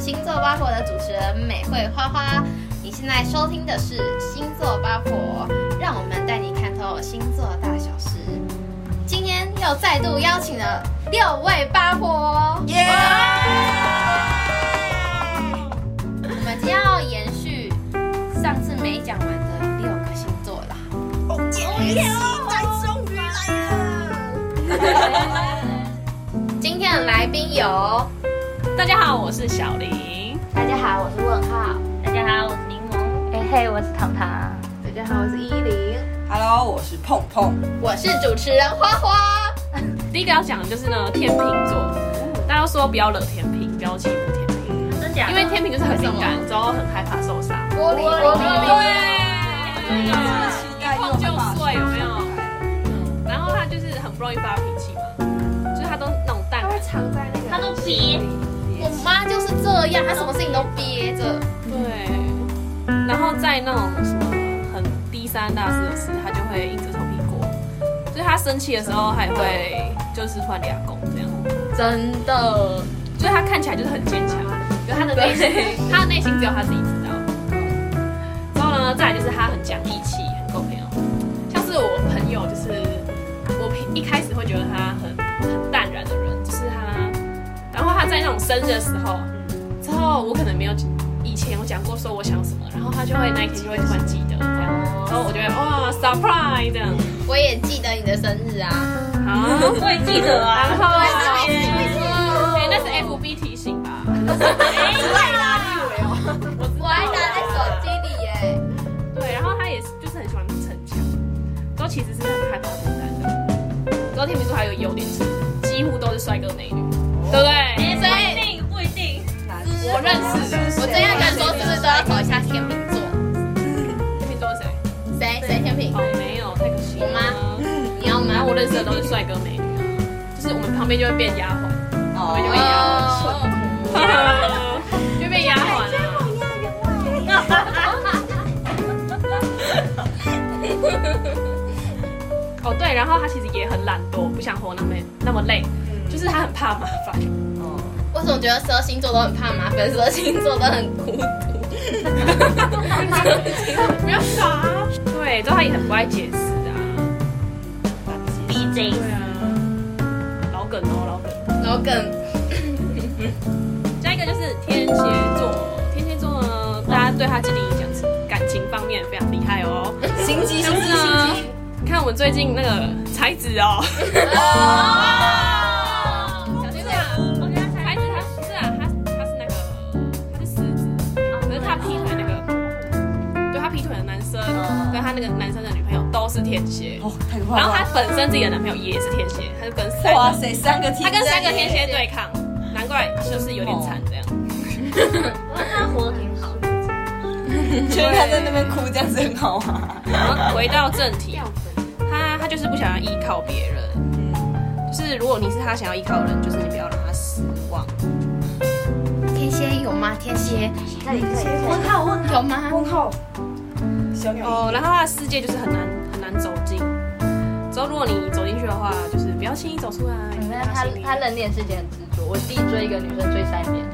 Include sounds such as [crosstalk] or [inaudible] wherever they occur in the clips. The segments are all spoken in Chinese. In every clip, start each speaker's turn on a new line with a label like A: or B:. A: 星座八婆的主持人美惠花花。你现在收听的是星座八婆，让我们带你看透星座大小事。今天又再度邀请了六位八婆，
B: 耶！
A: 我们今天要延续上次没讲完的六个星座啦。
B: 哦，终于期待终于来了。
A: 今天的来宾有，
C: 大家好，我是小林。
A: 大家好，我是问号。
C: 大家好，我是柠檬。
D: 哎嘿，我是糖糖。
E: 大家好，我是依林。
B: Hello，我是碰碰。
A: 我是主持人花花。
C: 第一个要讲的就是呢，天秤座，大家都说不要惹天秤，不要欺负天秤，
D: 真假
C: 因为天秤就是很敏感，之后很害怕受伤。
A: 玻璃
D: 玻璃
C: 对，
B: 这么期待
C: 一
B: 又
C: 碰就
B: 很好
C: 碎，有没有？然后他就是很不容易发脾气嘛，就是他都那种淡
E: 它
C: 然
E: 会。藏在那个，
D: 他都憋，
A: 我妈就是这样，她什么事情都憋着。
C: 对，然后在那种什么很低三大四的事，他就会硬着头皮过，所以他生气的时候还会就是突然俩拱这样。
A: 真的，
C: 就是他看起来就是很坚强，啊就他的内心，他的内心只有他自己知道。哦然后呢，再来就是他很讲义气，很够朋友。像是我朋友，就是我平一开始会觉得他很很淡然的人，就是他，然后他在那种生日的时候，之后我可能没有以前有讲过说我想什么，然后他就会那一天就会突然记得这样，然后我就会哇 surprise 这样
A: 我也记得你的生日啊。
C: 啊，
D: 我也记得啊。
C: 然后哎
A: 哎
C: 那是 FB 提醒吧，
A: 我还拿在手机里耶。
C: 对，然后他也是就是很喜欢逞强，之后其实是很害怕孤单的。之后天秤座还有优点是几乎都是帅哥美女，对哎不
F: 哎
C: 对？
A: 所
D: 不
A: 以
D: 一定，不一定。
C: 我认识的，
A: 我这样敢说，是不是都要投一下天秤座？
C: 天秤座是谁？
A: 谁谁天秤
C: 哦？，没有，太可惜了。
A: 我
C: 吗？
A: 你要
C: 然
A: 吗
C: 后？我认识的都是帅哥美女啊，就是我们旁边就会变丫鬟，我们就会
A: 哦，
C: 丫鬟，就变丫鬟了。哦，对，然后他其实也很懒惰，不想活那么那么累，就是他很怕麻烦。
A: 我总觉得十二星座都很怕麻烦，十二星座都很孤独。
C: 不要傻、啊。对，之后他也很不爱解释啊。
D: BJ，
C: 对啊，老梗哦，老梗。
A: 然后更
C: 下一个就是天蝎座，天蝎座呢，大家对他既定印象是感情方面非常厉害哦。
B: 心机，
C: 但
B: 心
C: 是
B: 机，
C: 呢
B: 心机。，
C: 看我们最近那个才子哦，小心点啊。
D: 我觉得
C: 才
D: 才
C: 子他是啊，他他是那个他是狮子，可是他劈腿那个，对他劈腿的男生跟他那个男生的女朋友都是天蝎。
B: 哦，太可怕了。
C: 然后他本身自己的男朋友也是天蝎，他就跟三
B: 哇
C: 个，
B: 塞，三个天，
C: 他跟三个天蝎对抗，难怪就是有点惨这样。
D: 他活得挺好。
B: 觉得他在那边哭，这样子很好啊。
C: 然后回到正题，他他就是不想要依靠别人，就是如果你是他想要依靠的人，就是你不要让他失望。
A: 天蝎有吗？天蝎
E: 可以可以。问号问
A: 有吗？
E: 问号，
B: 小鸟
C: 哦，然后他的世界就是很难很难走进。之后如果你走进去的话，就是不要轻易走出来。
D: 你看嗯他他冷脸事情很执着，我弟追一个女生追三年，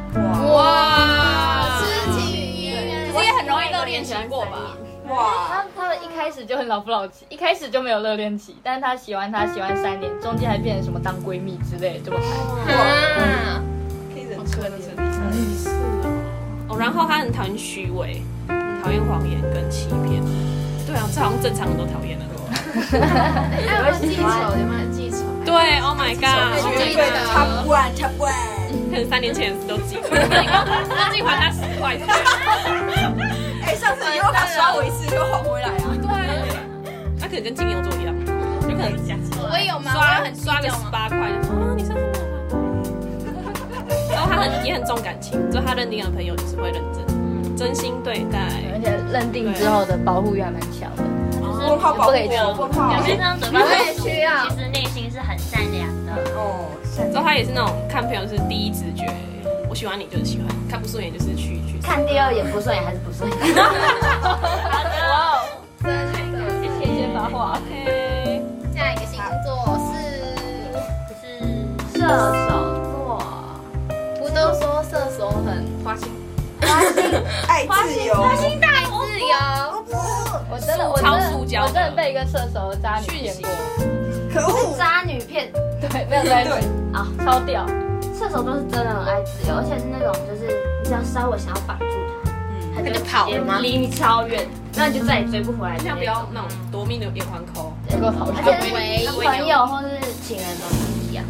C: 哇，
A: 知己语言
C: 这也很容易热恋期过吧？
B: 哇，
D: 他他们一开始就很老夫老妻，一开始就没有热恋期，但是他喜欢他喜欢三年，中间还变成什么当闺蜜之类的，这么惨。
A: 啊，
B: 可以忍住了，
C: 哦，然后他很讨厌虚伪，讨厌谎言跟欺骗。对啊，这好像正常人都讨厌了。
E: 有没有记仇？有没有记仇？
C: 对，Oh my
A: 我记
C: god，
A: 得
B: Top One，Top One。
C: 可能三年前的事都记得，忘记还他十块钱。
B: 哎，上次你又他刷我一次，又还回来啊。
C: 对，他可能跟金牛座一样，有可能
A: 我有吗？我有
C: 刷
A: 很
C: 刷
A: 计
C: 个
A: 较
C: 十
A: 吗？
C: 八块，啊，你生日快乐。然后他很也很重感情，就他认定的朋友就是会认真、真心对待。
D: 而且认定之后的保护欲还蛮强的，
B: 问号保护我，问号
F: 表。面上嘴巴
A: 我也需要
F: 其实内心是很善良的。
B: 哦，
C: 之后他也是那种看朋友是第一直觉，我喜欢你就是喜欢，看不顺眼就是去去。
F: 看第二眼不顺眼还是不顺眼？
D: 哇哦，谢谢先发话。
C: OK，
A: 下一个星座是，
F: 是
D: 射手座，
A: 不都说射手很
C: 花心，
B: 花心爱自由，花心
A: 太自由，
B: 不，
D: 我真的我真
C: 超
D: 的
C: 塑胶的
D: 我真的被一个射手的渣女骗过，
B: 可恶，
F: 渣女骗
D: 对，没有在
B: 对，
D: 啊，
A: [laughs]
D: 超屌，
F: 射手都是真的很爱自由，而且是那种就是你只要稍微想要绑住他，他
A: 那
F: 就
A: 就跑了吗
F: 直接离你超远，那你就再也追不回来的
C: 尽
F: 那
C: 量不
F: 种。
C: 要那种夺命的连环扣。
D: 结果好
F: 而
D: 笑
F: 且。是朋友或是情人都是一样，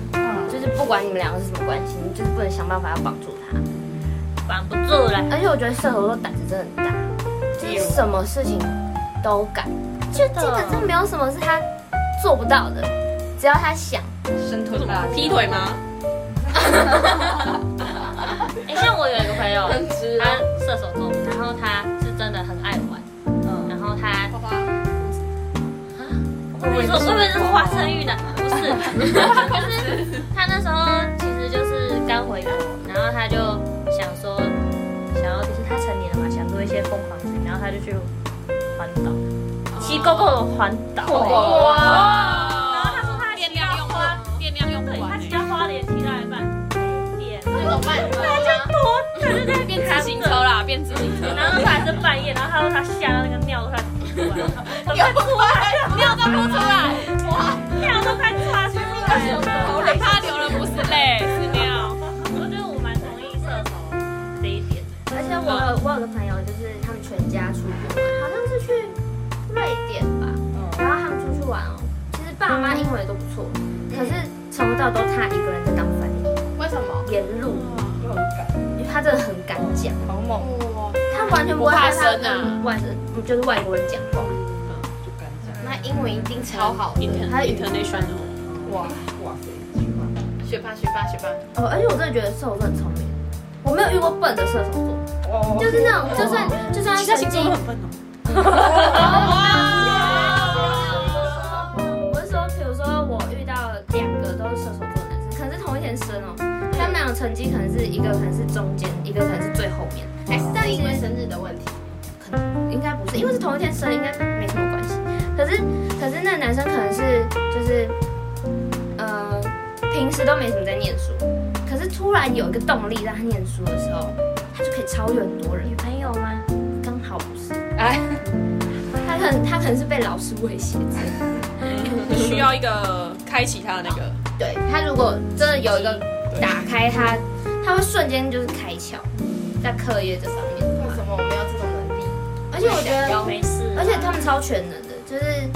F: 就是不管你们两个是什么关系，你就是不能想办法要绑住他。
G: 管不住了。
F: 而且我觉得射手座胆子真的很大，就是什么事情都敢，就基本上没有什么是他做不到的，只要他想。
D: 伸
C: 有
D: 腿
C: 什
D: 吧
C: 么，
G: 嗯
C: 劈腿吗？
G: 哎，像我有一个朋友，
D: 很直
F: 啊
G: 他射手座，然后他是真的很爱玩，
F: 嗯
G: 然后他
C: 花花，
G: 我跟你说，我以为是花生玉呢，不是，就是他那时候其实就是刚回国，然后他就想说，想要就是他成年了嘛，想做一些疯狂的事情，然后他就去环岛，骑狗狗的环岛，然后他说他
C: 电
G: 骑
C: 量
G: 到
C: 用
G: 花，
C: 完，电量用
G: 对，
C: 不
G: 他
C: 完
G: 骑
C: 欸，
G: 到花莲骑到一半没电，
A: 怎么办？
G: 他就躲，他就在
C: 变自行车啦，变自行
G: [laughs]
C: 车。
G: 然后他还是半夜，然后他说他吓到那个尿都快出来 [laughs] 了，都快出来了，尿都不出来，哇，尿都快岔出来
C: 好
G: 了。
C: 可怕，流了不是泪，是尿。
G: 我觉得我蛮同意射手这一点的，
F: 嗯而且我有我有个朋友，就是他们全家出国玩，好像是去瑞典吧，然后他们出去玩哦，其实爸妈英文也都不错，可是从头到尾都他一个人在当翻译，
A: 为什么？
F: 沿路，
C: 哦
F: 因为他真的很敢讲，
D: 好猛，
F: 他完全不会害
C: 不怕
F: 怕
C: 生啊嗯
F: 跟外不就是外国人讲话，
A: 那英文一定超好的，
F: 他
C: Inter
F: 的语
C: international，
A: 学霸学霸学霸，
F: 哦，而且我真的觉得射手座很聪明，我没有遇过笨的射手座，就是那种就算就算他神经
C: 很笨哦。
F: 我是说，比如说我遇到两个都是射手座的男生，可能是同一天生哦，他们俩的成绩可能是一个可能是中间，一个可能是最后面，
A: 还是因为生日的问题，
F: 应该不是，因为是同一天生，应该没什么关系。可是可是那个男生可能是就是，呃，平时都没什么在念书，可是突然有一个动力让他念书的时候，他就可以超越很多人。
G: 女朋友吗？
F: 刚好不是，
C: 哎，
F: 他可能他可能是被老师威胁之类的
C: 需要一个开启他的那个。
F: 对他如果真的有一个打开他，他会瞬间就是开窍，在课业这方面的
A: 为
F: 话，
A: 什么我没有这种能力？
F: 而且我觉得，
G: 没事，
F: 而且他们超全能的，就是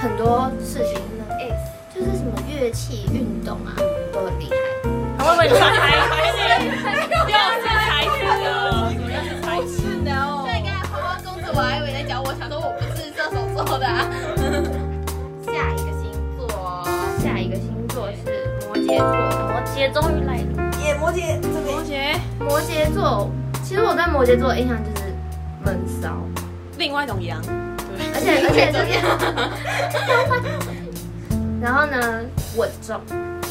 F: 很多事情呢，哎，就是什么乐器、运动啊，都很厉害。
G: 他会不会穿
C: [laughs]
G: 台子？
C: 又是才子了，怎么又是才子？
A: 所以刚才花花公主，我还以为在讲我，想说我不是射手座的、啊。 [laughs] 下一个星座，
F: 下一个星座是摩羯座，
G: 摩羯终于来了，
B: 也摩羯这边，
C: 羯，
F: 摩羯座，其实我对摩羯座的印象就是闷骚，
C: 另外一种羊，
F: 而且而且就是， [laughs] 然后呢稳重，
C: 嗯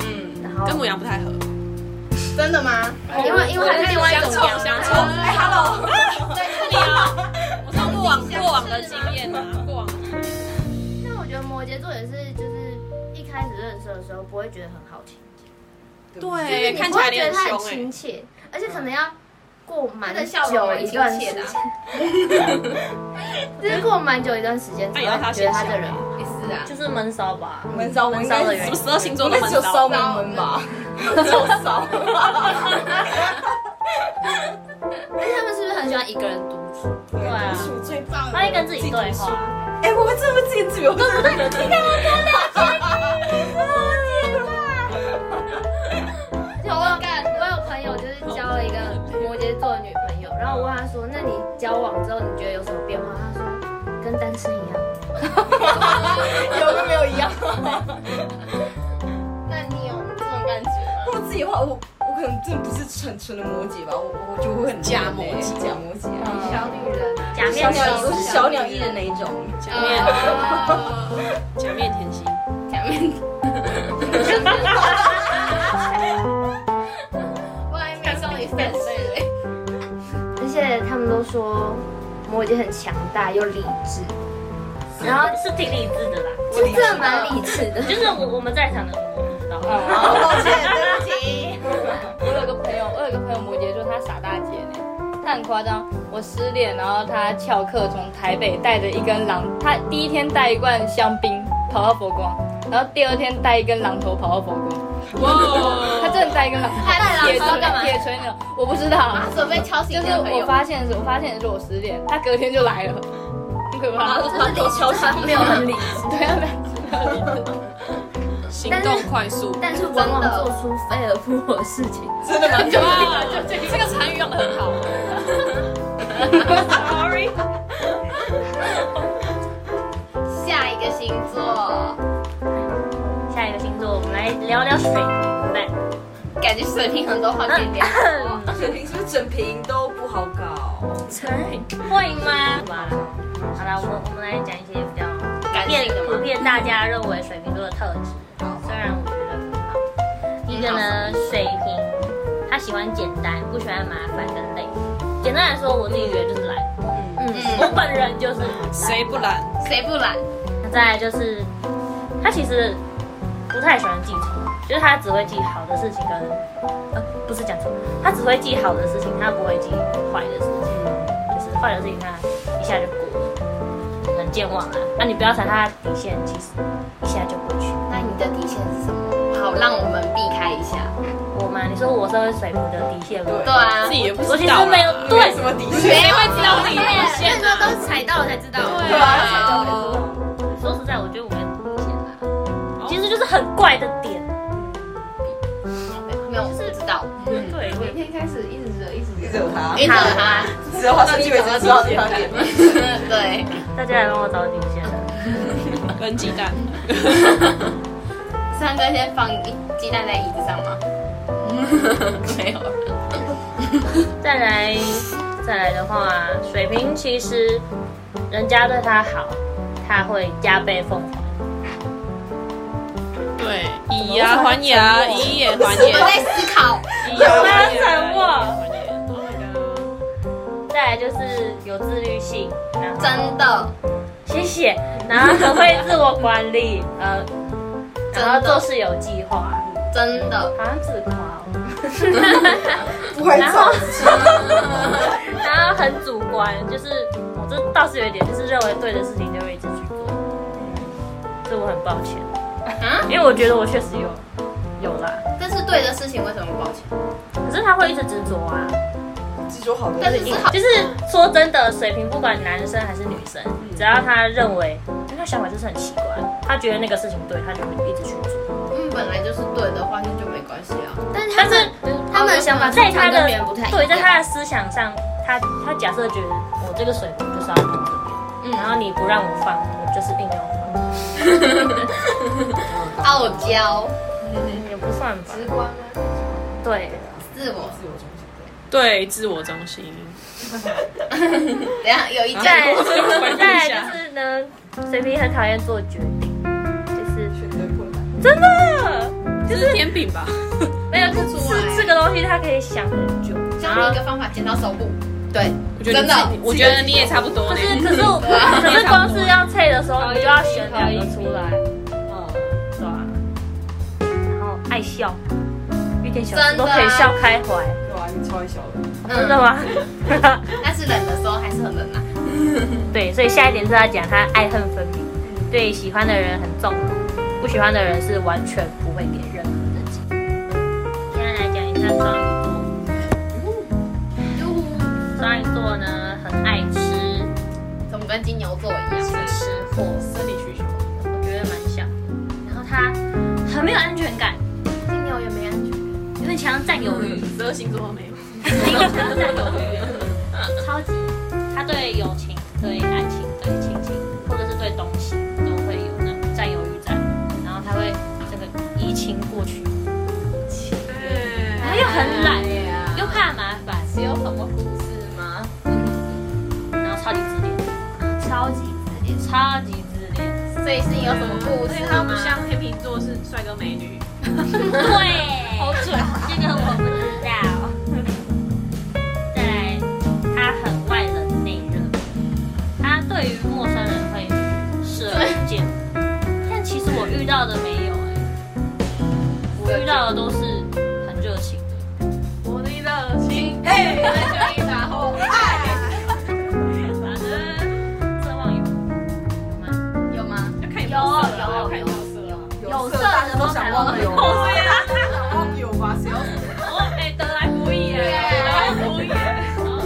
C: 嗯，
F: 然后
C: 跟母羊不太合。
A: 真的 [laughs] 吗？
F: 因为因为他是另外一种
C: 相冲，
F: 羊
C: 相冲。哎，Hello，你啊，我说过往过往的经验啊，过往。
F: 那我觉得摩羯座也是，就是一开始认识的时候不会觉得很好亲，就是
C: 对，
F: 你
C: 看
F: 不
C: 起来
F: 会
C: 你
F: 觉得
C: 很
F: 他很
C: 凶哎
F: 亲。切，而且可能要过蛮
A: 他的笑容
F: 久
A: 蛮
F: 一
A: 亲
F: 段时
A: 切
F: 间
A: 的啊，
F: [laughs] 就是过蛮久一段时间才
C: 哎呀他
F: 会觉得他
C: 先
F: 这人，
A: 也是啊，
G: 就是闷骚吧，
B: 闷骚，我应该
G: 的
B: 是
G: 原因
C: 什么。十二星座都很骚，
B: 门吧，就骚。
F: 而且他们是不是很喜欢一个人独处？
B: 对啊，最棒。
G: 他会跟自己对话，
B: 哎，我们这么自己自由，对不对？你看
F: 而且我有我有朋友就是交了一个摩羯座的女朋友，然后我问他说，那你交往之后你觉得有什么变化？他说跟单身一样。
B: 有跟没有一样。
A: [laughs] 那你有这种感觉吗？
B: 我自己的话，我我可能真的不是纯纯的摩羯吧，我我就会很
C: 假摩羯
B: 假摩羯啊，
A: 小女人，
G: 假面骑
B: 我是小鸟依人那一种。
C: 假
A: [laughs]
C: 面
A: 呃，
C: 假面甜心，
A: 假面。我还没送你三岁嘞，
F: 而且他们都说摩羯很强大又理智，然后
G: 是挺理智的啦，
F: 是真的蛮理智的。 [laughs]
G: 就是我我们在场的我不知道。
B: 好抱歉，对不起。
D: 我有个朋友，我有个朋友摩羯座，她傻大姐呢，她很夸张。我失恋，然后她翘课从台北带着一根狼，她第一天带一罐香槟跑到佛光，然后第二天带一根榔头跑到佛光。
C: 哇，
D: 她真的带一根榔头，
A: 带
D: 铁
A: 榔头干嘛
D: 锤铁锤那种，我不知道。
A: 他准备敲醒
D: 就
A: 这
D: 是
A: 个朋
D: 我
A: 友。
D: 发现的时候，我发现的时候我失恋，她隔天就来了，很可怕。
F: 团头敲窗没有很理，
D: 对啊，对啊
C: 行动快速，
E: 但是往往做出飞蛾扑火的事情。
C: 真的蛮可怕的。就这个成语用的很好。Sorry，
A: 下一个星座，
F: 下一个星座，我们来聊聊水们。
A: 感觉水瓶很多话可以 [laughs] 聊。
B: 水瓶是不是整瓶都不好搞？
F: 会吗？好吧，好啦，我们我们来讲一些比较
A: 感性的
F: 普
A: 吗？
F: 遍大家认为水瓶座的特质。虽然我觉得很好。一个呢，水瓶，他喜欢简单，不喜欢麻烦跟累。简单来说，我自己觉得就是懒，我
A: 嗯，
F: 本人就是懒。
C: 谁不懒？
A: 谁不懒？
F: 那再来就是，他其实不太喜欢记仇，就是他只会记好的事情跟，呃，不是讲错，他只会记好的事情，他不会记坏的事情，就是坏的事情他一下就过了，很健忘啊。那、你不要踩他的底线，其实一下就过去。
A: 那你的底线是什么？好，让我们避开一下。
F: 我嘛，你说我身为水瓶的底线吗？
A: 对啊
C: 自，己也不
F: 我其
C: 知
F: 实
C: 道啊，
F: 没有对
C: 什么底
A: 没
C: 线，
A: 有会知道自己的底
E: 最多都是踩到了才知道。
C: 对啊，
F: 说实在，我觉得我没有底线啦，其实就是很怪的点。
A: 没有，不知道。
F: 对，
D: 每天开始一直惹，一直惹。
B: 惹他，
A: 晕了他，
B: 只有他生气为止，知道地方点。
A: 对，
F: 大家来帮我找底线了。
C: 跟鸡蛋。
A: 三哥先放一鸡蛋在椅子上吗？没有，
F: 再来，再来的话，水瓶其实人家对他好，他会加倍奉还。
C: 对，以牙还牙，以眼还
A: 我在
C: 眼，
A: 思考。
C: 以牙还
F: 有吗沉默
C: 眼。Oh my god
F: 再来就是有自律性，然后
A: 真的，
F: 谢谢，然后很会自我管理，呃，然后
A: 真的
F: 做事有计划，
A: 真的，
F: 好像自夸哦，
B: 不会
F: 然
B: 吵
F: 后。然后很主观，就是我这倒是有一点，就是认为对的事情就会一直去做，这我很抱歉，
A: 啊，
F: 因为我觉得我确实有有啦，
A: 这是对的事情，为什么抱歉？
F: 可是他会一直执着啊。
B: 记住好的，
A: 但是是好，
F: 就是说真的，水瓶不管男生还是女生，只要他认为，因为他想法就是很奇怪，他觉得那个事情对，他就会一直去做。
A: 嗯，本来就是对的话，那就没关系啊。
E: 但是他
F: 但
E: 们哦
F: 是
E: 他们的想法
F: 在
E: 通
F: 他
E: 常
F: 的
E: 跟别人不太一
F: 对，在
E: 样。
F: 他的思想上，他他假设觉得我这个水瓶就是要放这边，
A: 嗯，
F: 然后你不让我放，我就是硬要放，
A: 傲娇，
F: 也不算吧。直观对，
A: 自我， [laughs]
C: 对，自我中心。
A: 等一下有一
F: 再
A: 站
F: 来
C: 我
F: 再来就是呢，水瓶很讨厌做决定，就是
B: 选择困难。
F: 真的
C: 这是天饼吧？
F: 没有，就是
A: 出来
F: 这个东西他可以想很久，
A: 教
F: 然后
A: 你一个方法，剪刀手布。对，
C: 我觉得
A: 真
C: 你
A: 的
C: 自己我觉得你也差不多
F: 可
C: 呢。
F: 是可是我可是光是要配的时候，你就要选两个出来，
B: 嗯，
F: 对吧？然后爱笑，遇见小
A: 真
F: 事
A: 的
F: 都
A: 啊
F: 可以笑开怀，
C: 嗯
B: 对啊，你超爱笑的。
F: 真
A: 嗯，
F: 的吗？
A: 但是冷的时候还是很冷啊。
F: 对，所以下一点是要讲他爱恨分明，对喜欢的人很纵容，不喜欢的人是完全不会给任何的机会。现在来讲一下双鱼座。
C: 哦
F: 双鱼座呢，很爱吃，
A: 怎么跟金牛座一样？
F: 是吃货，
C: 生理需求。
F: 我觉得蛮像的。然后他很没有安全感，
A: 金牛也没安全，
F: 有点强占有欲，
C: 嗯十二星座都
F: [laughs]
C: 没有。
F: 很有强占有欲，超级。他对友情、对爱情、对亲情，或者是对东西，都会有那种占有欲在。然后他会这个移情过去，然后又很懒，又怕麻烦，
A: 只有什么故事吗？
F: 然后超级自恋，超级自恋，超级自恋。
A: 所以是有什么故事
C: 他
A: 吗？
C: 不像天秤座是帅哥美女，
F: 对，好准，这个我不知道。再来，他很外冷内热，他对于陌生人会视而不见，但其实我遇到的没有哎、我遇到的都是很热情的，
C: 我遇到的想忘忧，
F: 台湾会有吗。
C: 哦对啊呀，想忘忧吧，谁要？
F: 哦，哎，得来不易耶，得来不易耶。好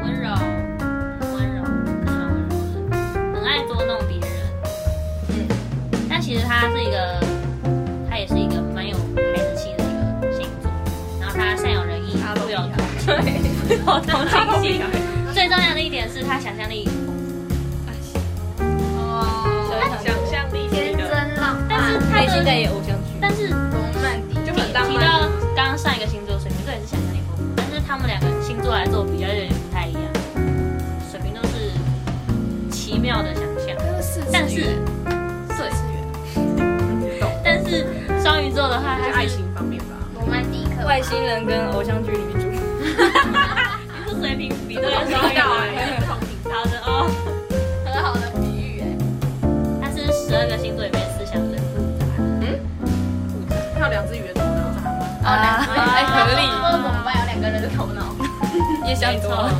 F: 很温柔，很温柔，非常温柔的，很爱捉弄别人。但其实他是一个，他也是一个蛮有孩子气的一个星座，然后他善有人意，富有同对，富有同情心。最重要的一点是他想象力丰富，
H: 想象力
I: 天真浪
F: 但是
I: 漫，
F: 他
D: 内心
F: 的，
D: 的也偶像剧，
F: 但是
I: 罗曼蒂
H: 就
F: 提
H: 很浪
F: 提
H: 漫。
F: 到刚刚上一个星座水瓶座也是想象力丰富，但是他们两个星座来做比较有点不太一样。水瓶都是奇妙的想象，但是对，但是双鱼座的话，它
H: 就
F: 就
H: 爱情方面吧，
I: 罗曼蒂克
D: 外星人跟偶像剧女主，
F: 是 [laughs] 水瓶比对双鱼座哎，
C: [laughs]
F: 好的哦，
J: 很好的比喻哎，
F: 它是十二个星座里面思想最复杂的。
C: 还有两只圆头呢，
J: 哦，两个人
D: 哎合理
J: 那怎么办？有两个人的头脑，
D: 也想
F: 没
D: 多
F: 错，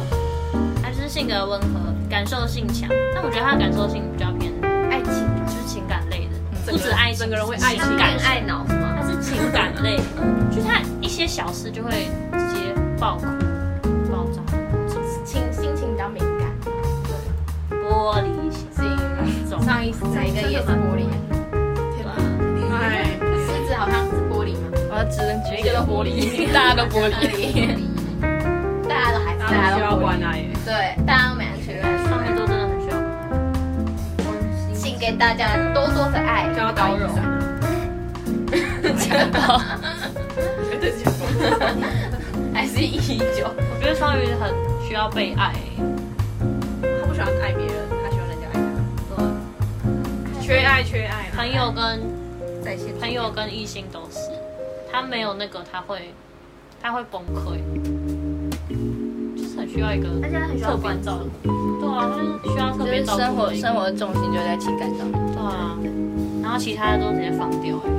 F: 他就是性格温和，感受性强，但我觉得他的感受性比较偏
J: 爱情
F: 就是情感类的，
H: 整个
F: 不止爱情，
H: 整个人为
F: 是
I: 嗯
H: 爱情
F: 情感
J: 爱脑是吗？
F: 他
I: [laughs]
F: 是情感类，就是他一些小事就会直接爆哭、爆炸、
J: 情心情比较敏感，
F: 玻璃心这种。
J: 上一哪一个也是玻璃？
C: 哎，
J: 狮子好像是玻璃吗？
D: 我只能举一个玻璃，大家都玻璃。
J: 大家都还是
H: 大
J: 大
H: 家
J: 家
H: 需要
J: 都玻
H: 关
J: 璃，
H: 爱耶。
J: 对，大家都没安全感。
F: 双鱼座真的很需要
J: 请给大家多多的爱，
H: 就要刀肉，绝对是
J: 还是一九？
F: 我觉得双鱼很需要被爱，
C: 他不喜欢爱别人，他喜欢人家爱他。
F: 对，
H: 缺爱缺爱啦。
F: 朋友跟
C: 在线
F: 朋友跟异性都是，他没有那个他会他会崩溃，就是很需要一个
I: 而且他很喜
F: 特
I: 欢关
F: 别照顾。对啊，就是需要特
D: 就
F: 别
D: 是
F: 照
D: 生
F: 顾
D: 活
F: 的一个
D: 生活的重心就在情感上面，
F: 对啊，然后其他的都直接放掉哎。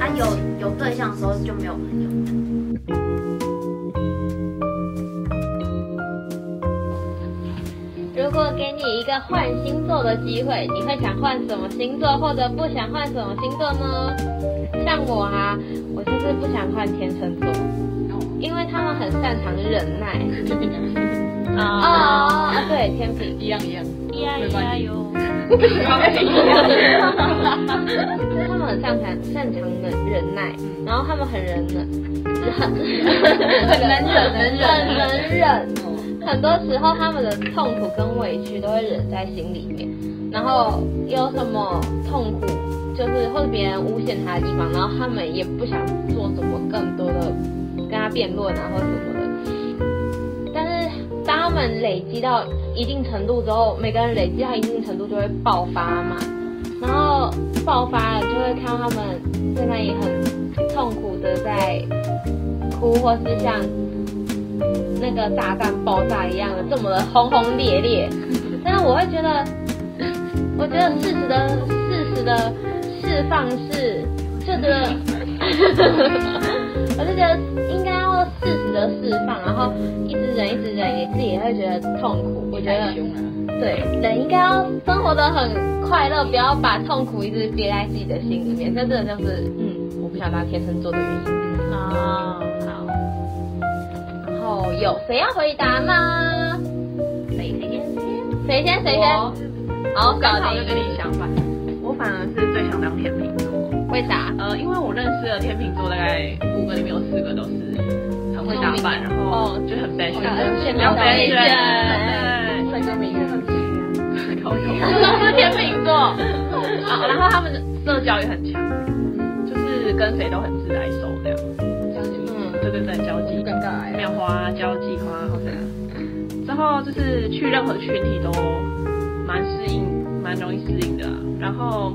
I: 啊，有有对象的时候就没有朋友。
A: 如果给你一个换星座的机会，你会想换什么星座，或者不想换什么星座呢？像我啊，我就是不想换天秤座，因为他们很擅长忍 [laughs] 耐。
F: 啊
A: 哦，对，天秤一样一样，
F: 呀呀哟！
A: 他们很擅长擅长忍忍耐，然后他们很忍忍，嗯很很能忍，能忍，很能忍。很多时候他们的痛苦跟委屈都会忍在心里面，然后有什么痛苦，就是或者别人诬陷他的地方，然后他们也不想做什么更多的跟他辩论啊或者什么的。但是当他们累积到一定程度之后，每个人累积到一定程度就会爆发嘛，然后爆发了就会看到他们现在也很痛苦的在哭，或是像那个炸弹爆炸一样的这么的轰轰烈烈。但是我会觉得，我觉得适时的适时的释放是，就觉得，我就觉得应该要适时的释放，然后一直忍一直忍，你自己也会觉得痛苦。我觉得。对，人应该要生活的很快乐，不要把痛苦一直憋在自己的心里面。这真的就是，嗯，我不想当天秤座的原因。
F: 啊，好，
A: 然后嗯有谁要回答吗？
F: 谁谁先？
A: 谁先？谁
C: 哦我
A: 先？好，
C: 刚
A: 小
C: 好就跟
A: 林。
C: 哎你相反，我反而是最想当天秤座。
A: 为啥？
C: 呃，因为我认识的天秤座大概五个里面有四个都是很会打扮，然后就很 fashion，
A: 哦
C: 比较 fashion，
A: fashion
C: 对
A: 帅哥美女。
C: [laughs] 靠
A: 是天秤座。
C: 啊，然后他们的社交也很强，就是跟谁都很自来熟那样。
A: 嗯，
C: 对对对，交际
D: 尴尬
A: 啊
D: 哎
C: 妙花啊交际花或者，之后就是去任何群体都蛮适应，蛮容易适应的啊、然后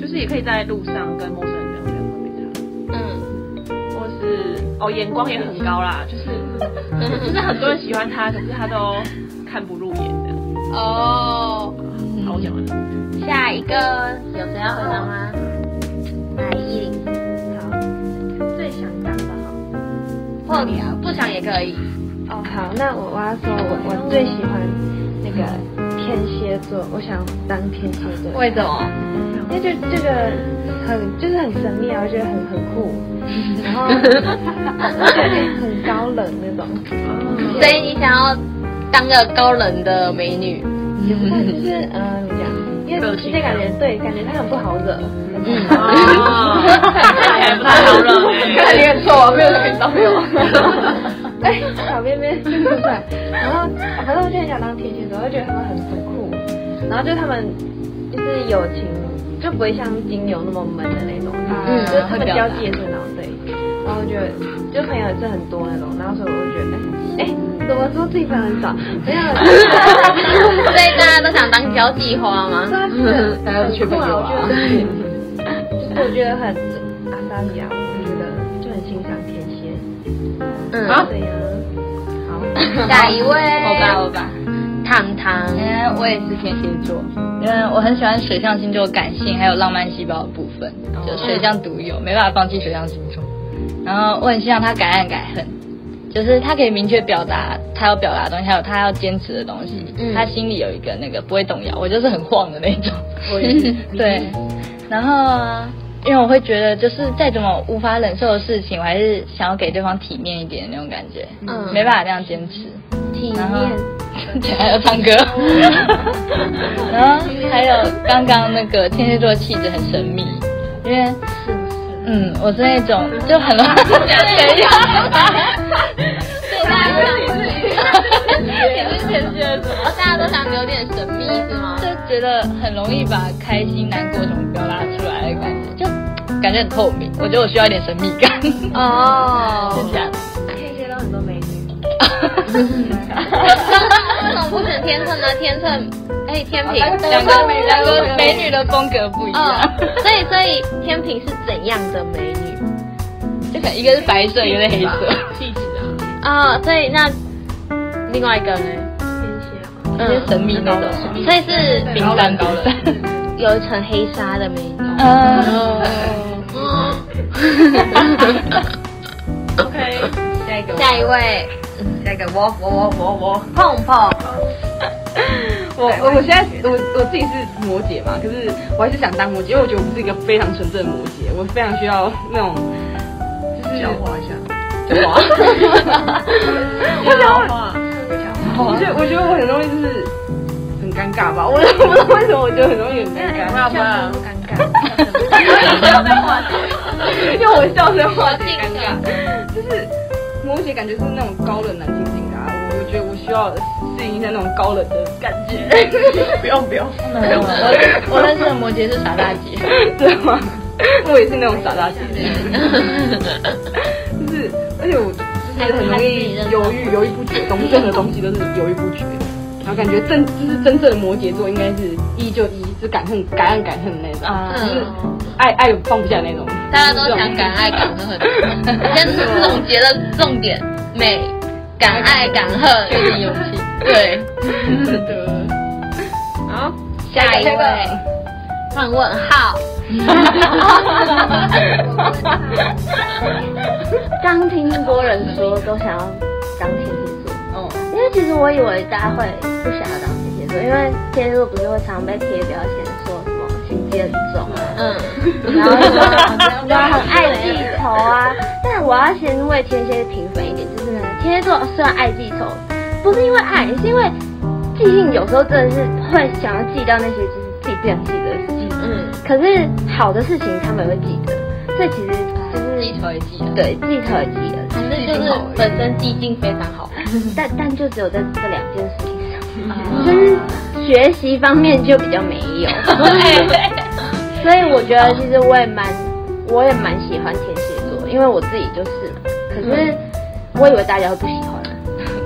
C: 就是也可以在路上跟陌生人聊天，没差。嗯，或是哦，眼光也很高啦，就是就是很多人喜欢他，可是他都看不入眼的。
A: 哦，
C: 好，我讲完了。
A: 下一个有谁要回答吗？来一零
I: 最想当的好。
A: 或你啊，不想也可以。
K: 哦，好，那我我要说我我最喜欢那个天蝎
L: 蝎座，我想当天蝎座。
M: 为什么？
L: 因为就这个很就是很神秘啊，我觉得很很酷，然
M: [laughs]
L: 后很高冷那种，
M: 嗯所以你想要当个高冷的美女？
L: 就是呃怎么讲，因为这感觉对，感觉他很不好惹，
M: 嗯，
N: 还不太好惹哎。
M: 你很错，没有人当没有。
L: 哎，小边边就是这样然后反正我就很想当天蝎座，我就觉得他们很很酷，然后就他们就是友情就不会像金牛那么闷的那种，
M: 嗯
L: 就是他
M: 会
L: 们
M: 表达
L: 交际也是很好对，然后我觉得就朋友也是很多那种，然后所以我就觉得哎。怎么说自己朋友很少？没有，
M: 所以大家都想当交际花吗？
L: 嗯，
M: 大家都缺朋友啊
L: 我觉得就是我觉得很阿莎莉啊，我觉得就很欣赏天蝎。
M: 嗯，
L: 好，对呀，啊好，
M: 下一位，
F: 我吧，我吧，
M: 糖糖，
D: 嗯，我也是天蝎座，因为我很喜欢水象星座感性还有浪漫细胞的部分，
F: 哦
D: 就水象独有，没办法放弃水象星座。然后我很欣赏他敢爱敢恨，就是他可以明确表达他要表达的东西，还有他要坚持的东西。
F: 嗯
D: 他心里有一个那个不会动摇，我就是很晃的那种。 [laughs] 对，然后因为我会觉得，就是再怎么无法忍受的事情，我还是想要给对方体面一点的那种感觉，
M: 嗯
D: 没办法这样坚持。
M: 体
D: 然后
M: 嗯
D: [laughs] 还要唱歌， [laughs] 然后还有刚刚那个天蝎座气质很神秘，因为嗯，我是那种就很容易怎样， [laughs] [laughs]
M: 大家都想有点神秘是吗？
D: 就觉得很容易把开心、难过什么表达出来的感觉，就感觉很透明。我觉得我需要一点神秘感，
M: 哦 [laughs]
D: 是，这样。
L: 天蝎都很多美女，
M: 为什哦么不选天秤呢？啊天秤，哎，天平，
D: 两个两个美女的风格不一
M: 哦，
D: 样，
M: 所以所以天平是怎样的美女？
D: 就可能一个是白色，一个是黑色。
M: 哦，所以那另外一个呢？嗯
D: 有些神秘那种，
M: 所以是
D: 冰山高冷，
M: 有一层黑纱的美女。 [laughs]
D: 嗯，
N: OK，
D: 下一个
M: 下一位，
B: 下一个我我我我我，
M: 碰碰，
B: 我我我现在我我自己是摩羯嘛，可是我还是想当摩羯，因为我觉得我不是一个非常纯正的摩羯，我非常需要那种就是教化一下，教化，我想我 [laughs] 我觉得我觉得我很容易就是很尴尬吧，我 [laughs] 也不知道为什么我觉得很容易很尴尬，
N: 好吧，
B: [laughs] 因为我笑声话点尴尬，就是摩羯感觉是那种高冷男静静的、啊，我我觉得我需要适应一下那种高冷的感觉。不用不用，
D: 我我认识的摩羯是傻大姐，
B: 对吗？我也是那种傻大姐，就是而且我就是很容易犹豫犹豫不决，懂任何东西都是犹豫不决。然后感觉真就是真正的摩羯座应该是一就一，就敢恨敢爱敢恨的那种，就是爱爱放不下的那种。
M: 啊大家都想敢爱敢
B: [laughs]
M: 恨，但是总结的重点美，敢爱敢恨，有点勇气。对，
N: 好，
M: 下一位，放问号。 [laughs]
L: 刚听很多人说都想要当天蝎座，因为其实我以为大家会不想要当天蝎座，因为天蝎座不是会常被贴标签说什么心机很重啊，
M: 嗯，
L: [laughs] 然后什么然后很爱记仇啊。但我要先为天蝎平反一点，就是呢，天蝎座虽然爱记仇，不是因为爱，是因为记性有时候真的是会想要记到那些就是自己不想记得的事情。嗯，可是好的事情他们会记得，所以其实就是
D: 记仇也记了，
L: 对记仇也记得，
M: 反正就是本身记性非常好。
L: [laughs] 但但就只有在这两件事情
M: 啊
L: 上，就是学习方面就比较没
M: [laughs]
L: 有。所以我觉得其实我也蛮，我也蛮喜欢天蝎座，因为我自己就是嘛。可是我以为大家会不喜欢啊。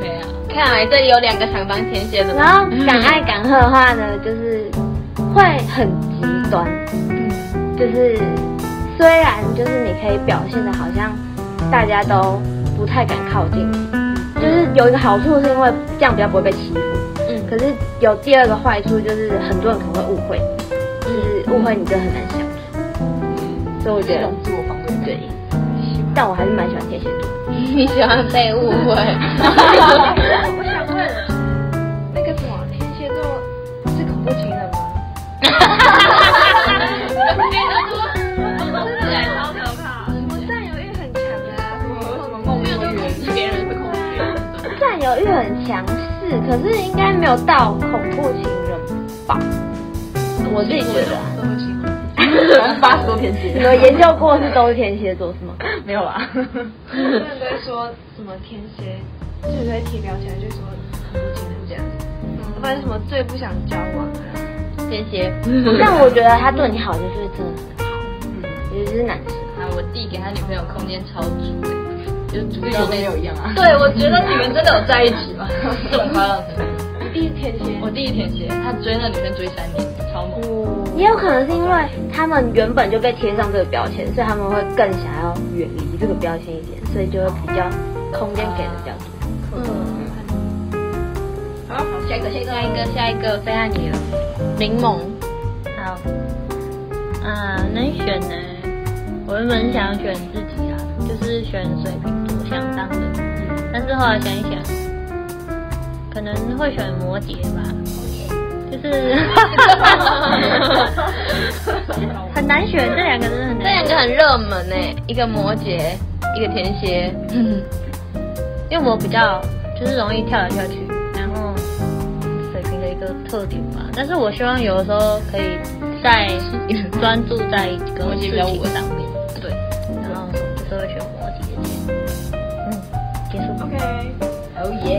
D: 对啊，
M: 嗯看来这里有两个想当天蝎的
L: 然后敢爱敢恨的话呢，就是会很极端，就是虽然就是你可以表现的好像大家都不太敢靠近你，就是有一个好处是因为这样比较不会被欺负，
M: 嗯
L: 可是有第二个坏处就是很多人可能会误会你，就是误会你真的很难相处，所以我觉得嗯自我防卫对，但我还是蛮喜欢天蝎座。
M: 你喜欢被误会？
L: [laughs] 我想问，那个什么天蝎座是恐
A: 欲很强势，可是应该没有到恐怖情人吧？我自己觉得啊、
O: 八十多天蝎
A: 你们研究过是都是天蝎座是吗？
O: 没有啦。
L: 人都会说什么天蝎，就是会贴标签，就说很不情人这样子，或者什么最不想交往的。
P: 谢谢。
A: 但我觉得他对你好就是真的很好，尤其是男生。
P: 啊，我弟给他女朋友空间超足的，就是足
O: 跟
P: 够
O: 我们也有一样啊。
P: 对，我觉得你们真的有在一起吗？ [laughs] 这种夸张程度。我弟是天蝎，他追那女生追三年，超猛。
A: 也有可能是因为他们原本就被贴上这个标签，所以他们会更想要远离这个标签一点，所以就会比较空间给的比较多。
P: 下一个，下一个，下一个，非爱你了。柠檬，
D: 好，啊、能选呢？我原本想选自己啊，就是选水瓶座想当的，但是后来想一想，可能会选摩羯吧。就是很难选，这两个真的很
P: 这两
D: 难选。
P: 个很热门呢，一个摩羯，一个天蝎。
D: 因为我比较就是容易跳来跳去，然后水平的一个特点吧。但是我希望有的时候可以再专注在一个事情上面，对，然后就是会选摩羯这件事嗯，结束。
L: OK，
P: 哦耶！